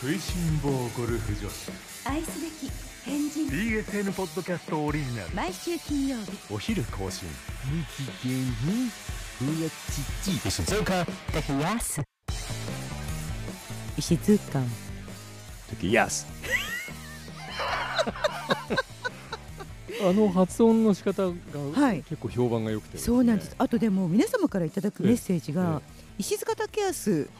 食いしん坊ゴルフ女子愛すべき変人 BSN ポッドキャストオリジナル毎週金曜日お昼更新日芸にうやちち静岡冷やす静か時やすあの発音の仕方がはい結構評判が良くて、そうなんです。あとでも皆様からいただくメッセージが石塚武康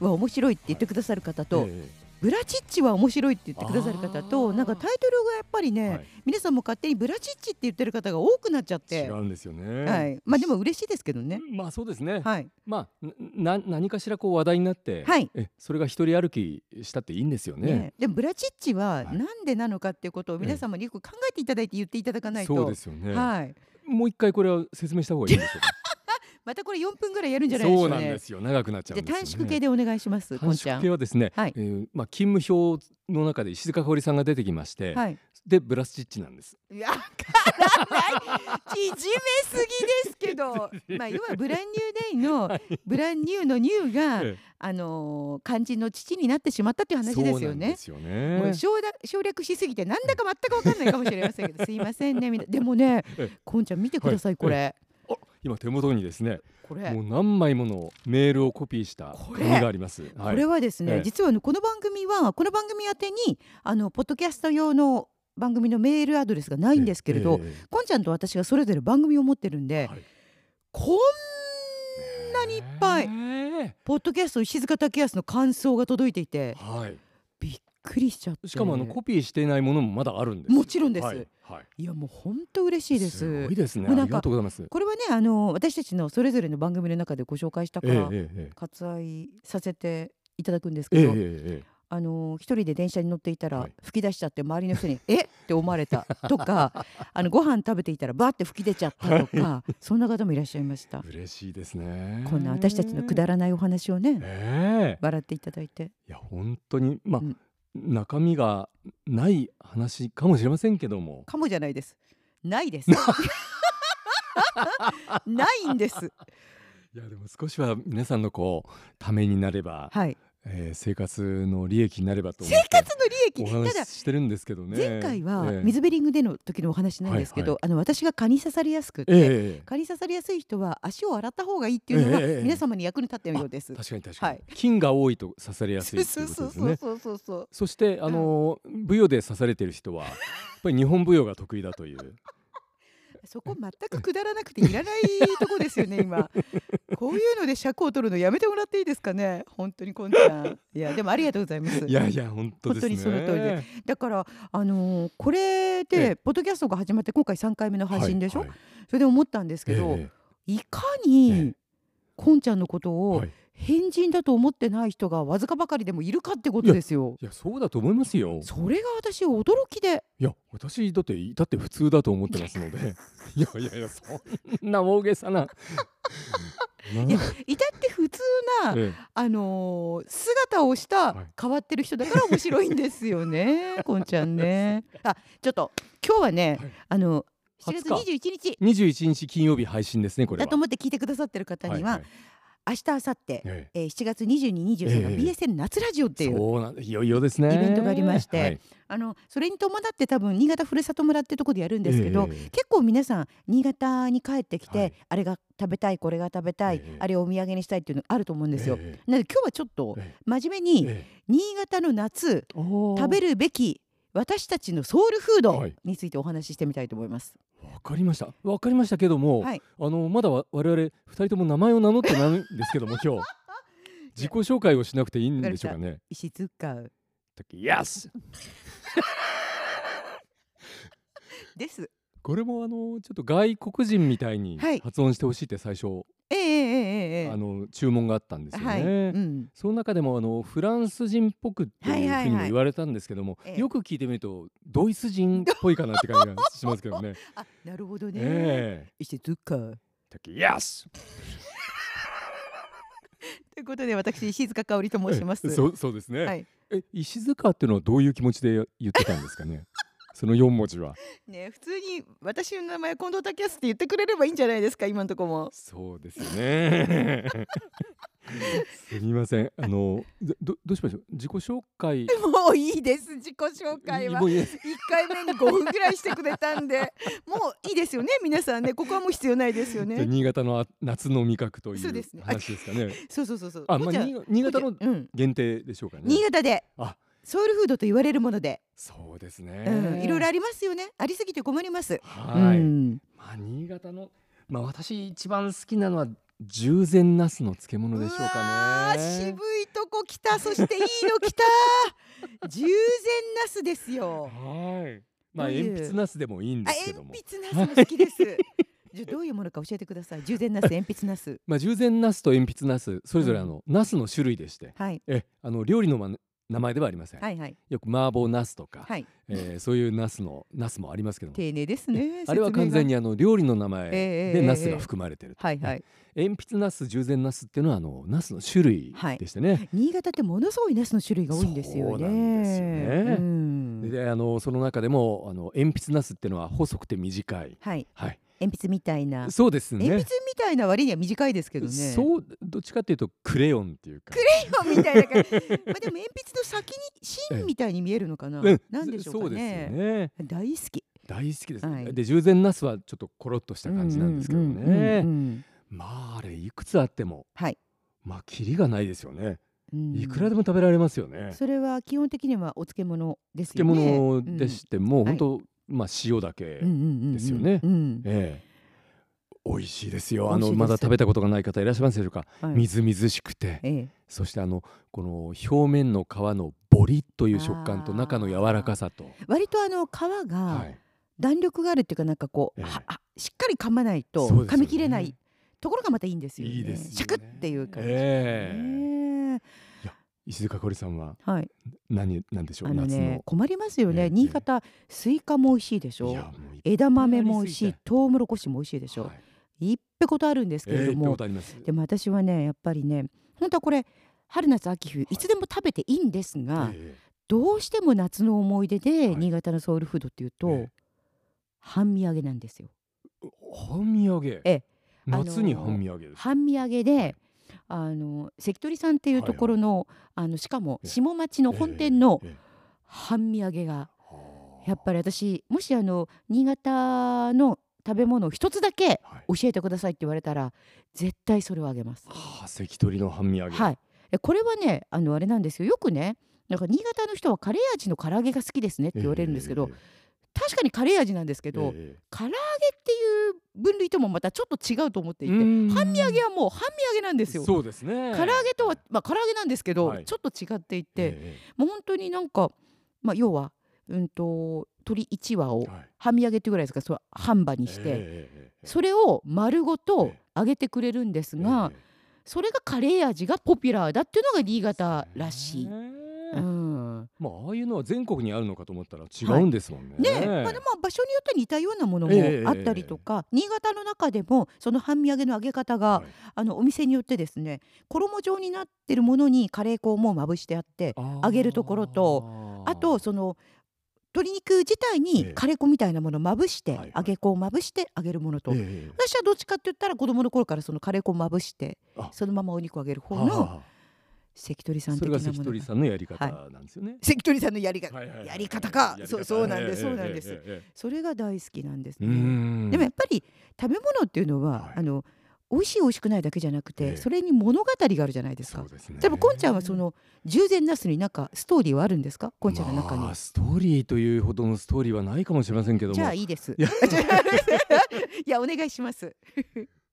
は面白いって言ってくださる方とえブラチッチは面白いって言ってくださる方あとーなんかタイトルがやっぱりえね皆さんも勝手にブラチッチって言ってる方が多くなっちゃっはい、違てうんですよね。はいまあでも嬉しいですけどねまあそうですね。はいまあなな何かしらこう話題になって、はいえそれが一人歩きしたっていいんですよね。ねでもブラチッチははいなんでなのかっていうことを皆様によく考えていただいて言っていただかないとそうですよね。はいもう一回これは説明した方がいいんでしょうか。またこれ4分ぐらい やるんじゃないですそうかなんでねすよ。長くなっちゃうでんですよ短ね。縮系でお願いしますこん短ちゃ縮ん系はですね、はいえーまあ、勤務表の中で石塚香織さんが出てきまして、はいでブラスチッチなんです。いやわからない縮めすぎですけ どまあ要はブランニューデイのブランニューのニューが、ええあのー漢字の父になってしまったという話ですそうよなんでね。すよもうね。省だ省略しすぎてなんだか全く分かんないかもしれません けどすいませんねみんなでもねええこんちゃん見てくださいこれ、あ今手元にですね、こもうれ何枚ものメールをコピーしたこれ紙があります。これははですね、ええ実はねこの番組はこの番組宛てにあのポッドキャスト用の番組のメールアドレスがないんですけれど、えええこんちゃんと私がそれぞれ番組を持ってるんで、はいこんえなにいっぱい、ねポッドキャスト石塚武康の感想が届いていてえはい。びっくりしちゃってしかもあのコピーしていないものもまだあるんです。もちろんです、はいい、はい。やもう本当嬉しいですすごいですね。もあうなんかりがとうございます。これはねあの私たちのそれぞれの番組の中でご紹介したえから、ええ割愛させていただくんですえええけど、ええあの一人で電車に乗っていたらはい吹き出しちゃって周りの人 に「えっ!」て思われたとかあのご飯食べていたらバーって吹き出ちゃったとかそんな方もいらっしゃいましたえ。嬉しいですね。こんな私たちのくだらないお話をねええ笑っていただいていや本当にまあ、うん中身がない話かもしれませんけどもかもじゃないですないです ないんですいやでも少しは皆さんのこうためになれば、はいえー生活の利益になればと思生って活の利お益ただ話ししてるんですけどね前回はええ水ベリングでの時のお話なんですけど、はあの私が蚊に刺されやすくて、えええ蚊に刺されやすい人は足を洗った方がいいっていうのがええええ皆様に役に立ったようですえ、確かに確かに、は菌が多いと刺されやすそいそうといううことそうですそうねそうそうそうそしてあのー舞踊で刺されて る人はやっぱり日本舞踊が得意だというそこ全くくだらなくていらないとこですよね今こういうので尺を取るのやめてもらっていいですかね本当にこんちゃんいやでもありがとうございますいやいや本当です本当にねその通りでだから、あのーこれえでポッドキャストが始まって今回3回目の配信でしょ、はいはいそれで思ったんですけど、えいかえにえこんちゃんのことえをはい変人だと思ってない人がわずかばかりでもいるかってことですよ。いやそうだと思いますよそれが私驚きでいや私だってだって普通だと思ってますのでいやいやいやそんな大げさ ないや至って普通な、 ええあのー姿をしはたい変わってる人だから面白いんですよね こんちゃんね。あちょっと今日はね、はいあの7 20月21日21日金曜日配信ですねこれだはと思って聞いてくださってる方には、いい明日明後日ええー、7月22、23がええ BSN 夏ラジオってえいう、そうなんいよいよですねイベントがありましてはいあのそれに伴って多分新潟ふるさと村ってとこでやるんですけど、ええ結構皆さん新潟に帰ってきて、はいあれが食べたいこれが食べたい、ええあれをお土産にしたいっていうのがあると思うんですよ。えなので今日はちょっとえ真面目えにええ新潟の夏おー食べるべき私たちのソウルフードはいについてお話ししてみたいと思います。わかりましたわかりましたけども、はいあのまだわ我々二人とも名前を名乗ってないんですけども 今日自己紹介をしなくていいんでしょうかね石塚時 Yes です。これもあのちょっと外国人みたいにはい発音してほしいって最初、ええええええあの注文があったんですよね。はい、うん、その中でもあのフランス人っぽくってはいいうはいふうにもはい言われたんですけども、ええよく聞いてみるとドイツ人っぽいかなって感じがします けどね。あなるほどね。ええ石塚時 Yes ということで私石塚香織と申します。そうそうですね。はい え石塚っていうのはどういう気持ちで言ってたんですかね。その4文字はね普通に私の名前近藤武康って言ってくれればいいんじゃないですか今のとこもそうですね すみませんあのどどどうしましょう自己紹介もういいです自己紹介はもういいです1回目に5分ぐらいしてくれたんでもういいですよね皆さんねここはもう必要ないですよじゃあね新潟のあ夏の味覚といそうでうすねあ話ですかねそうそうそうそうあ、もまあ、うじゃ新新潟ものうじゃうん限定でしょうかね新潟であソウルフードと言われるもので、そうですうん、ねいろいろありますよねありすぎて困りますはい、うんまあ、新潟の、まあ、私一番好きなのは従前茄子の漬物でしょうわかー渋ね。いとこ来たそしていいの来た従前ナスですよはい。まあ、どういう鉛筆茄子でもいいんであすけ鉛ども。筆ナスも好きです じゃあどういうものか教えてください従前ナス鉛筆ナ スまあ、従前茄子と鉛筆茄子、それぞれうあんの、茄子の種類でして。はいえ、あの料理のま名前ではありません。はいはいよく麻婆茄子とか、はいえーそういう茄子の茄子もありますけども。丁寧ですねあれは完全ににあの料理の名前ええでええ茄子が含まれてると。はいはい鉛筆茄子、従前茄子っていうのはあの茄子の種類でしてね。新潟ってものすごいナスの種類が多いんですよねそうなんですよねうんであのその中でもあの鉛筆ナスっていうのは細くて短い、はいはい、鉛筆みたいなそうですね鉛筆みたいな割には短いですけどねそうどっちかっていうとクレヨンっていうかク今みたいな感じ まあでも鉛筆の先に芯みたいに見えるのかな、なんでしょうそかうですよねね大好き大好きです、はいで従前ナスはちょっとコロッとした感じなんですけどね、うんうんうんうんまああれいくつあっても、はいまあキリがないですよねうんいくらでも食べられますよね、それは基本的にはお漬物ですよね漬物でしても、ん本当、まあ塩だけ、でですよねうんええ美味しいですよあ美味しのいですまだ食べたことがない方いらっしゃいますでしょうか、はいみずみずしくてええそしてあのこの表面の皮のボリッという食感とあー中の柔らかさと、割とあの皮はがい、弾力があるっていうかなんかこう、ええははしっかり噛まないとそうですよね噛み切れないところがまたいいんですよねいいですよねシャクっていう感じ、ええねえ石塚香織さんははい何なんでしょう、あの夏ねの困りますよえね、え新潟スイカも美味しいでしいやょもういっ枝豆も美味しあいりすぎてトウモロコシも美味しいでしょ、はいい、っぺことあるんですけれええど行ったもこ、とありますでも私はねやっぱりね本当はこれ春夏秋冬いつでも食べていいんですが、えどうしても夏の思い出ではい新潟のソウルフードっていうと、え半身揚げなんですよ。え半身揚げ、ええ夏に半身揚げです、半身揚げであの関取さんっていうところの,、あのしかもええ下町の本店のええええ半身揚げがはあやっぱり私もしあの新潟の食べ物を一つだけはい教えてくださいって言われたら絶対それをあげます。はあ関取の半身揚げ、はい、えこれはねあのあれなんですよよくねなんか新潟の人はカレー味の唐揚げが好きですねって言われるんですけど、ええ確かにカレー味なんですけど、ええ唐揚げっていう分類ともまたちょっと違うと思っていてうーん半身揚げはもう半身揚げなんですよ。唐そうですね揚げとはまあ唐揚げなんですけど、はいちょっと違っていて、えもう本当になんかまあ要はうんと鶏一羽えをはい半身揚げっていうぐらいですかそれ半羽にしええて、ええそれを丸ごとええ揚げてくれるんですが、ええそれがカレー味がポピュラーだっていうのが新潟らしい。うん、まあああいうのは全国にあるのかと思ったら違うんですもんね。ねえ、まあ、でも場所によって似たようなものもええあったりとか、新潟の中でもその半身揚げの揚げ方が、はいあのお店によってですね衣状になってるものにカレー粉をもうまぶしてあってあー揚げるところとあとその鶏肉自体ええにカレー粉みたいなものをまぶして、はいはい揚げ粉をまぶして揚げるものと、ええ私はどっちかって言ったら子供の頃からそのカレー粉をまぶしてあそのままお肉を揚げる方のは関取あさんそ的なれがもの関取さんのやり方なんですよね。関取さんのやりが、はいはいはいやり方かやりそうそうなんですええそうなんですえええそれが大好きなんですえうね。んでもやっぱり食べ物っていうのは、はいあの美味しい美味しくないだけじゃなくて、ええそれに物語があるじゃないですそかう。ですね。例えばこんちゃんはその従前ナスになんかストーリーはあるんですかこんちゃんの中に、まあストーリーというほどのストーリーはないかもしれませんけども。じゃあいいですいいややお願 いします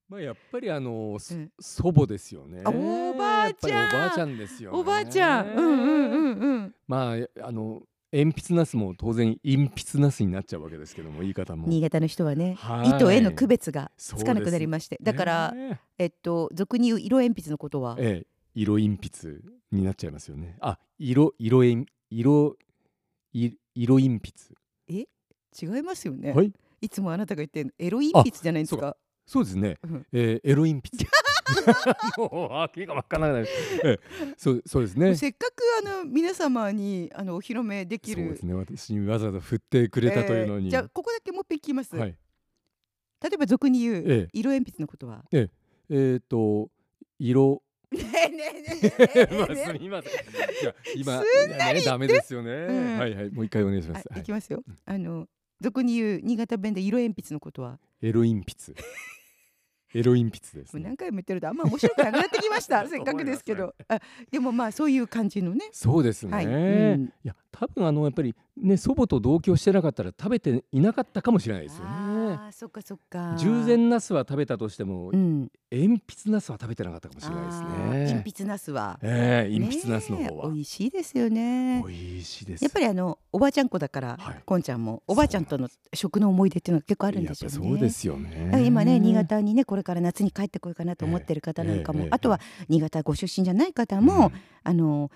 まあやっぱりあの、そうん祖母ですよね。あおばあちゃんやっぱりおばあちゃんですよ、ね。おばあちゃんうんうんうんうんまああの鉛筆ナスも当然鉛筆ナスになっちゃうわけですけども言い方も新潟の人はねはい糸への区別がつかなくなりしましてだから、ねえっと俗に言う色鉛筆のことはええ色鉛筆になっちゃいますよねあ色色鉛色い色鉛筆違いますよね、はいい、つもあなたが言ってるのエロ鉛筆じゃないですそうかそうですね、うんえーエロ鉛 筆もうあ気が分からない、ええそうそうですねせっかくあの皆様にあのお披露目できそうでるす。ね私にわざわざ振ってくれたというのえーに、じゃあここだけもう一遍聞きます。は例いえば俗に言うえ色鉛筆の ことは。ええー、と色ねえねえねえねえねえ まあ、ねえすみません。いや、今、すね、ダメですよね。んはいはい、もう一回お願いしまはいす。、はいいき、ますよ。あの俗に言う新潟弁で色鉛筆のことは、もエロ鉛筆。エロ鉛筆です、うね。何回も言ってるとあんま面白くなくなってきま した。だとせっ思いますかくですけど、あでもまあそういう感じのね。そうですね。はいいうんや、多分あのやっぱりね、祖母と同居してなかったら食べていなかったかもしれないですよね。ああ、そっかそっか。従前ナスは食べたとしても、うん。鉛筆ナスは食べてなかったかもしあれなーいですね鉛。筆ナスは。ええ鉛筆ナスの方は、ねえ美味しいですよね。美味しいです。やっぱりあのおばあちゃん子だから、はいこんちゃんもおばあちゃんとの食の思い出っていうのが結構あるんやでっしょぱうね。そうですよねだから。今ね新潟にねこれから夏に帰ってこようかなと思ってる方なんかも、ええええあとは新潟ご出身じゃない方も、あの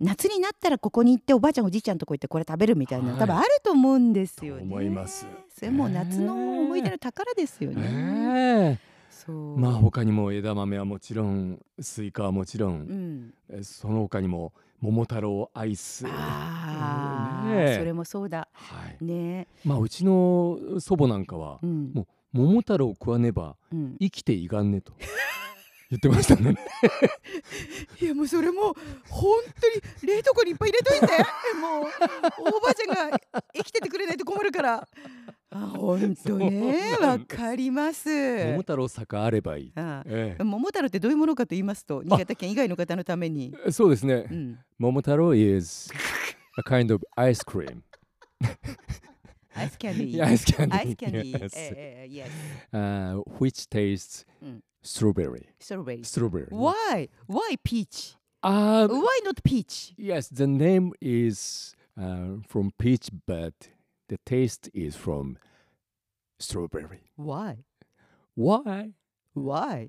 夏になったらここに行っておばあちゃんおじいちゃんとこ行ってこれ食べるみたいなの、はい多分あると思うんですよね。と思いますそれもう夏の思い出の宝ですようん。ね。ええそう。まあ他にも枝豆はもちろんスイカはもちろん、うん。えその他にも桃太郎アイスああ、ねえそれもそうだはいね。まあうちの祖母なんかは、うん。もう桃太郎を食わねばうん。生きていかん ねと言ってましたねいやもうそれもう本当に冷凍庫にいっぱい入れといて もうおばあちゃんが生きててくれないと困るからあ本当ねそうなわんですかります桃太郎坂あればいい、あえあ桃太郎ってどういうものかと言いますと新潟県以外の方のために、え、そうですね、うん、桃太郎 is a kind of ice cream アイスキ ャンディー ice candy アイスキャンディー Yes. ええええ yes Uh, which tastes うん strawberry ストロベリー strawberry why why peach Ah, why not peach Yes, the name is uh, from peach, but the taste is from strawberry. why Why? why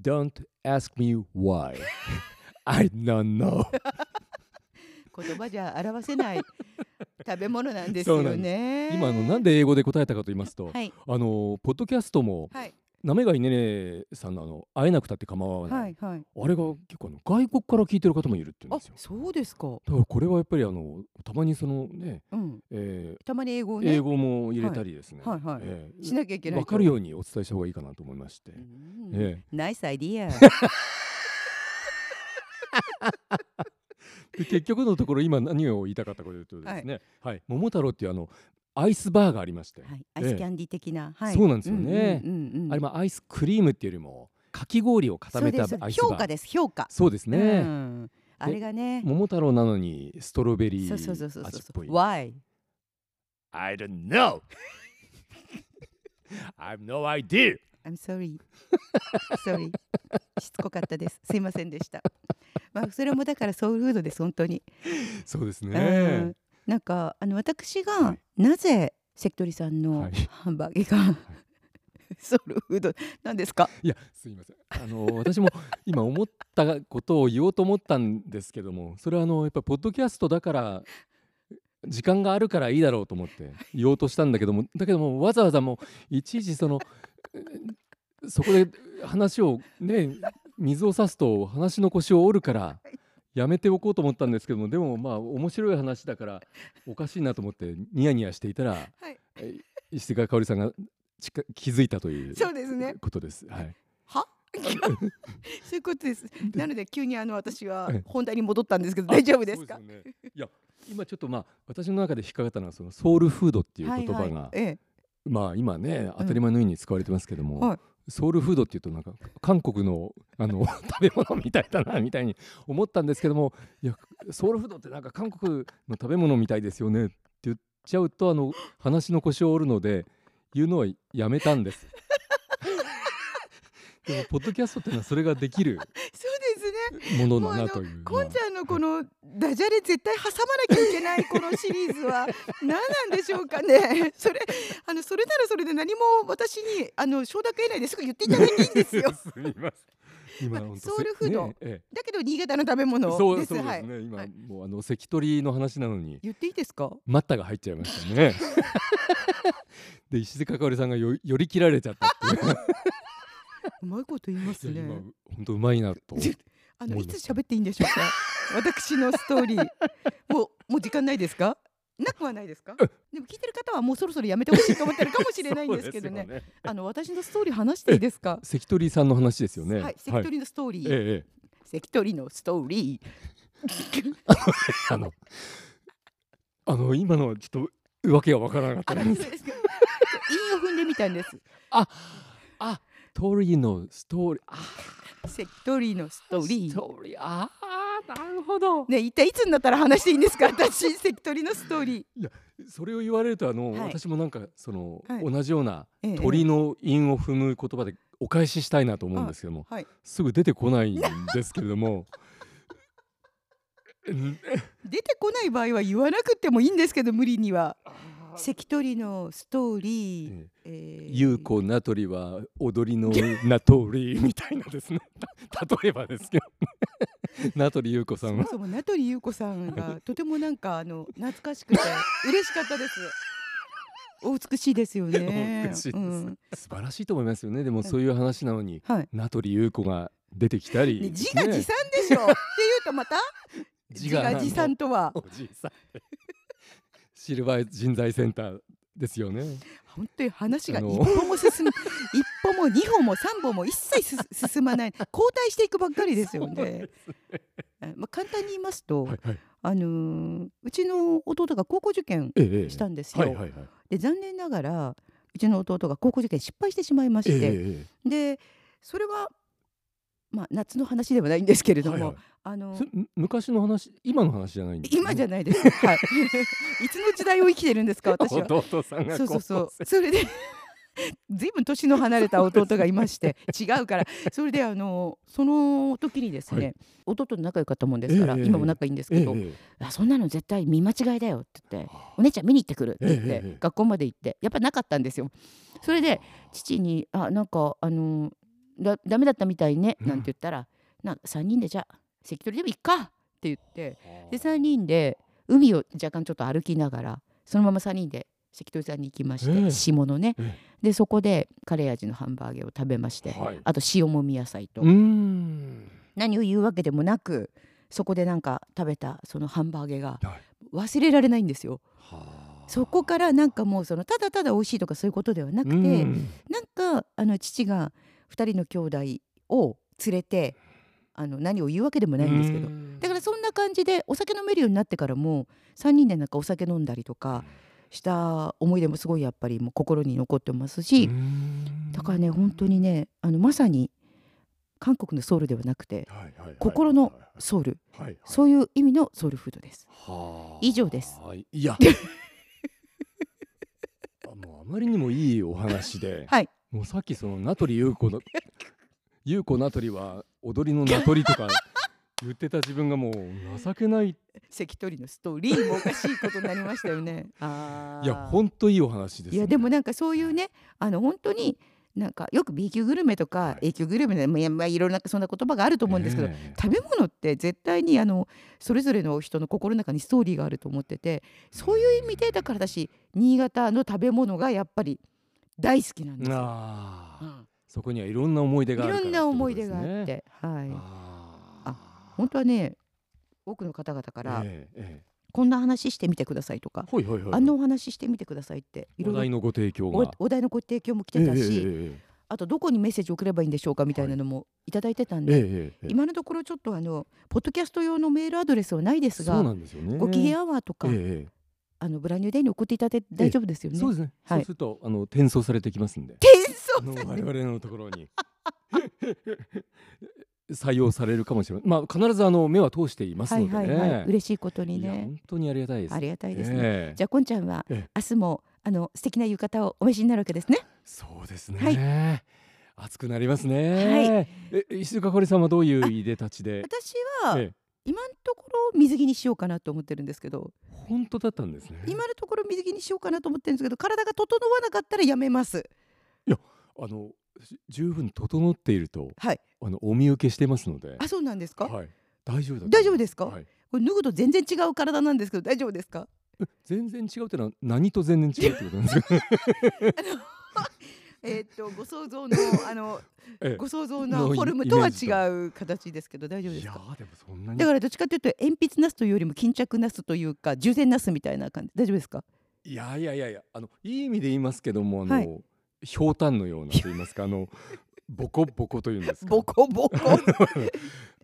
Don't ask me why. I don't know. 言葉じゃ表せない食べ物なんですよそうなんね今あのなんで英語で答えたかと言いますと、はいあのポッドキャストもはいなめがいねねさんのあの会えなくたって構わない、はいはいあれが結構あの外国から聞いてる方もいるって言うんあですよ。そうですか。だからこれはやっぱりあのたまにそのね、うん。えたまに英語をーね。英語も入れたりですね。はいはいはいえーしなきゃいけない。わかる。ようにお伝えした方がいいかなと思いまして。ええナイスアイデ ィア。で結局のところ今何を言いたかったかというとですね、はい桃太郎っていうあのアイスバーがありまして、はい。アイスキャンディー的な。はい。そうなんですよねうんうんうんうんあれまあアイスクリームっていうよりもかき氷を固そうめたでアイスすバー評価です評価。そうですね、うん。あれがね。桃太郎なのにストロベリーそう味そうそうそうっそぽう。い Why? I don't know. I've no idea. I'm sorry. sorry. しつこかったです。すいませんでした。まあそれもだからソウルフードです本当に。そうですね、うんなんかあの私がなぜ関取さんのはいハンバーガーがソウルフードなんですか。 いやすいませんあの私も今思ったことを言おうと思ったんですけどもそれはあのやっぱりポッドキャストだから時間があるからいいだろうと思って言おうとしたんだけどもだけどもわざわざもういちいちそのえそこで話をね水を差すと話の腰を折るからやめておこうと思ったんですけどもでもまあ面白い話だからおかしいなと思ってニヤニヤしていたらはい。え石川香織さんが近気づいたというそうですね。ことです。はいは。そういうことです。なので急にあの私はええ本題に戻ったんですけど大丈夫ですかそ。うよねいや今ちょっとまあ私の中で引っかかったのはそのソウルフードっていうは言葉が、はいえまあ今ね当たり前のように使われてますけども、はいソウルフードっていうとなんか韓国のあの 食べ物みたいだなみたいに思ったんですけどもいやソウルフードってなんか韓国の食べ物みたいですよねって言っちゃうとあの話の腰を折るので言うのはやめた んです。でもポッドキャストっていうのはそれができるえそうですね。ものだなという。こんちゃんのこのダジャレ絶対挟まなきゃいけないこのシリーズ は何なんでしょうかね。それあのそれならそれで何も私にあの承諾得ないですぐ言っていただいていいん ですよ。すみません。今まあ本当ソウルフードねええだけど新潟の食べ物です。そうそうですね。はい。今、はいもうあの関取の話なのに言っていいですか。マッタが入っちゃいま したね。で石塚かおりさんがよ寄り切られちゃったっていう。うまいこと言いますいやね今本当うまいなとあの思いいまつし喋っていいんでしょう か私のストーリーもうもう時間ないですかなくはないですかでも聞いてる方はもうそろそろやめてほしいと思ってるかもしれないんですけどねそうですよあの私のストーリー話していいですか関取さんの話ですよねはい、関取のストーリー、ええええ関取のストーリーあのあの今のはちょっとわけがわからなかっあたらでそうすですか韻を踏んでみたんですああ鳥のストーリーあ関取のストーリーストーリーあーなるほどね一体いつになったら話していいんですか私関取のストーリそれを言われるとあの、はい私もなんかその、はい同じようなー、ええ鳥の韻を踏む言葉でお返ししたいなと思うんですけども、はいすぐ出てこないんですけれ どもうん出てこない場合は言わなくてもいいんですけど無理には関取のストーリー、ええー優子名取は踊りの名取みたいな ですね例えばですけどね名取優子さそんもはそも名取裕子さんがとてもなんかあ の懐かしくて嬉しかったですお美しいですよねお美しいでうすん素晴らしいと思いますよねでもそういう話なのにはい名取優子が出てきたり、ね、自画自ね賛でしょ、っていうと また自画自賛とはおじいさんシルバー人材センターですよね本当に話があ一の歩も 進む一歩も二歩も三歩も一切す進まない後退していくばっかりですよ そうね。えまあ、簡単に言いますと、はいはいあのーうちの弟が高校受験ええええしたんですよ。はいはいはいで残念ながらうちの弟が高校受験失敗してしまいましええて、えでそれは、まあ、夏の話ではないんですけれえども、はいはいあのそれむ昔の話今の話じゃないんですね今じゃないです。はい、 いつの時代を生きてるんですか私は。弟さんがそうそうそ高校生う。それでずいぶん年の離れた弟がいまして違うからそれであのその時にですね、は弟と仲良かったもんですから、ええ今も仲いいんですけど、えええあそんなの絶対見間違いだよって言ってえはあお姉ちゃん見に行ってくるって言って、ええええ学校まで行ってやっぱなかったんですよそれで父に「あなんかあのだダメだったみたいね」うんなんて言ったら「なんか3人でじゃあ関取でも行っか」って言ってで3人で海を若干ちょっと歩きながらそのまま3人で関取さんに行きまして、ええ下のね、えでそこでカレー味のハンバーグを食べまして、はいあと塩もみ野菜と、うーん何を言うわけでもなくそこでなんか食べたそのハンバーグがはい忘れられないんですよ。はあそこからなんかもうそのただただ美味しいとかそういうことではなくて、うんなんかあの父が2人の兄弟を連れてあの何を言うわけでもないんですけど、うんだからそんな感じでお酒飲めるようになってからも3人でなんかお酒飲んだりとかした思い出もすごいやっぱりもう心に残ってますし、うんだからね本当にねあのまさに韓国のソウルではなくてはいはいはい心のソウル、はいはいそういう意味のソウルフードです。はあ以上です。はい いや。あもうあまりにもいいお話で。はい。もうさっきその名取優子の。優子名取は踊りの名取とか。言ってた自分がもう情けない。い関取のストーリーもおかしいことになりましたよね。 あーや、ほんといいお話です、いやでも。なんかそういうねあの本当になんかよく B 級グルメとはかい A 級グルメでもいやまあいろんなそんな言葉があると思うんですけど、え食べ物って絶対にあのそれぞれの人の心の中にストーリーがあると思っててそういう意味でだから私新潟の食べ物がやっぱり大好きなんでえすよ。あうあ、んそこにはいろんな思い出いがあるからろてこんとな思いで出すがねあって、はい、ああ本当はね多くの方々から、ええええこんな話してみてくださいとか、ほいほいほい。あんなお話してみてくださいっていおろい題ろのご提供おが。お題のご提供も来てたし、えええええあとどこにメッセージ送ればいいんでしょうかみたいなのもいただいてたんで、えええええ今のところちょっとあのポッドキャスト用のメールアドレスはないですそうながんですよね。ご機嫌アワーとか、ええええあのブランニューデイに送っていただいて大丈夫ですよね。そうですね。はいそうするとあの転送されてきますんで、転あ送の我々のところに 採用されるかもしれない。まあ必ずあの目は通していますはのいでね。はいはい嬉しいことにいやね本当にありがたいです。ありがたいですね。ええじゃあこんちゃんは、ええ明日もあの素敵な浴衣をお召しになるわけですね。そうですね。は熱くなりますね。はい。え石塚かりさんはどういういでたちで、私は、ええ今のところ水着にしようかなと思ってるんですけど本当だったんですね。今のところ水着にしようかなと思ってるんですけど体が整わなかったらやめます。あのし十分整っていると、はいあのお見受けしてますので、あそうなんですか、はい。大丈夫だと思います。大丈夫ですかはい。これ脱ぐと全然違う体なんですけど大丈夫ですか全然違うってのは何と全然違うってことなんですかえーっとご想像のあの えご想像ののイフォルムとはイメージと違う形ですけど 大丈夫えでいすやかーでもそんなにだからどっちかというと鉛筆なすというよりも巾着なすというか従前なすみたいな感じ大丈夫ですかいやいやいやいやあのいい意味で言いますけどもあの、はいひょうたんのようなと言いますか あのボコボコというんですかボコボ コ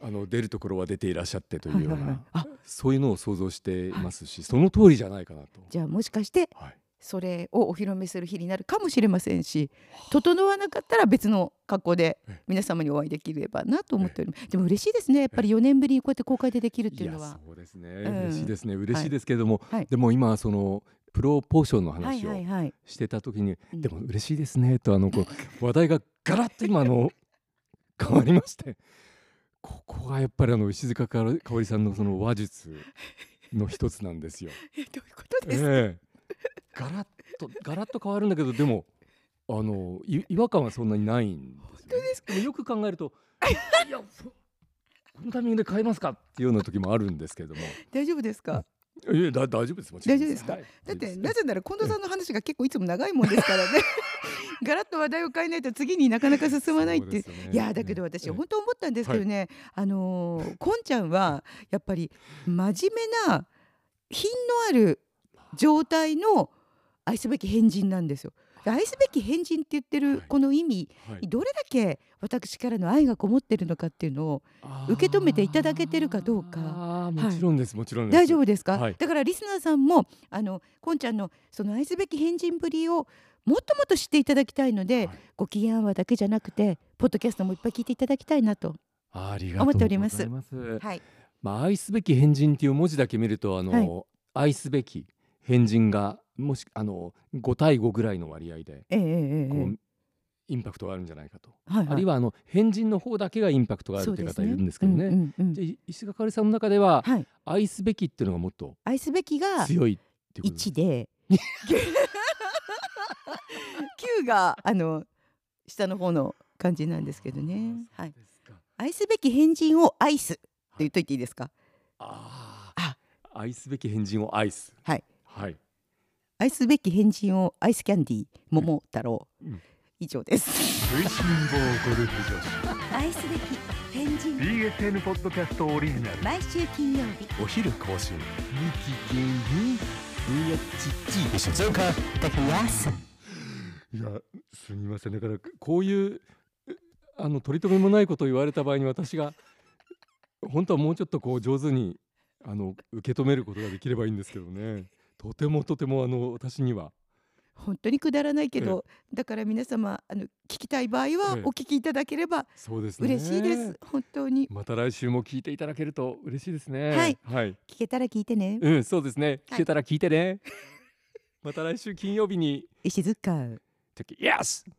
あの出るところは出ていらっしゃってというようはいはいはいな あそういうのを想像していますし、その通りじゃないかなと。じゃあもしかしてはいそれをお披露目する日になるかもしれませんし整わなかったら別の格好でええ皆様にお会いできればなと思っておりますでも嬉しいですねやっぱり4年ぶりにこうやって公開でできるっていうのはそうですね、ん嬉しいですね嬉しいですけれども、はいでも今そのプロポーションのはい話はいをはいしてた時に、うん でも嬉しいですねとあのこう話題がガラッと今 あの変わりましてここがやっぱりあの石塚かおかおりさんのその話術の一つなんですよ。えどういうことですかええガラッとガラッと変わるんだけどでもあのい違和感はそんなにないんですよ、ね。でもよく考えるといやそこのタイミングで変えますかっていうような時もあるんですけれども。大丈夫ですかいやだ大丈夫ですもちろ大ん丈夫ですかはいだって大丈な夫ですぜなら近藤さんの話が結構いつも長いもんですから ねガラッと話題を変えないと次になかなか進まないっていうそうですよねいやだけど私ええ本当思ったんですけどね、あのーこんちゃんはやっぱり真面目な品のある状態の愛すべき変人なんですよ。で愛すべき変人って言ってるこの意味、はいどれだけ私からの愛がこもってるのかっていうのを受け止めていただけてるかどうかあーはいもちろんです、もちろんです大丈夫ですか、はいだからリスナーさんもあのこんちゃんのその愛すべき変人ぶりをもっともっと知っていただきたいので、はいご機嫌アワーだけじゃなくてポッドキャストもいっぱい聞いていただきたいなと。ありがとう思っごてざおいりまますすはい、まあ愛すべき変人っていう文字だけ見るとあの、はい愛すべき変人がもしあの5対5ぐらいの割合でええええこう、ええインパクトがあるんじゃないかと、はいあるいはあの変人の方だけがインパクトがあるそっうてでいうす方いるんですけどねうんうんうんじゃあい石川かおりさんの中では、はい、愛すべきっていうのがもっと愛すべきが強いっていうことです1で 9があの下の方の感じなんですけどね、あーはいそ、うですか愛すべき変人を愛すって言っといていいですかあー愛すべき変人を愛すはいはい愛すべき変人をアイスキャンディー桃太郎、うん以上です食いしん坊ゴルフ女子愛すべき変人 BSN ポッドキャストオリジナル毎週金曜日お昼更新ミキゲイブラチッチ静岡いやすみませんだからこういううあの取り留めもないことを言われた場合に私が本当はもうちょっとこう上手にあの受け止めることができればいいんですけどねとてもとてもあの私には本当にくだらないけど、だから皆様あの聞きたい場合はええお聞きいただければそうですね嬉しいです、本当にまた来週も聞いていただけると嬉しいですねはいはい、聞けたら聞いてねうんそうですねはい聞けたら聞いてね、また来週金曜日に石塚「Yes!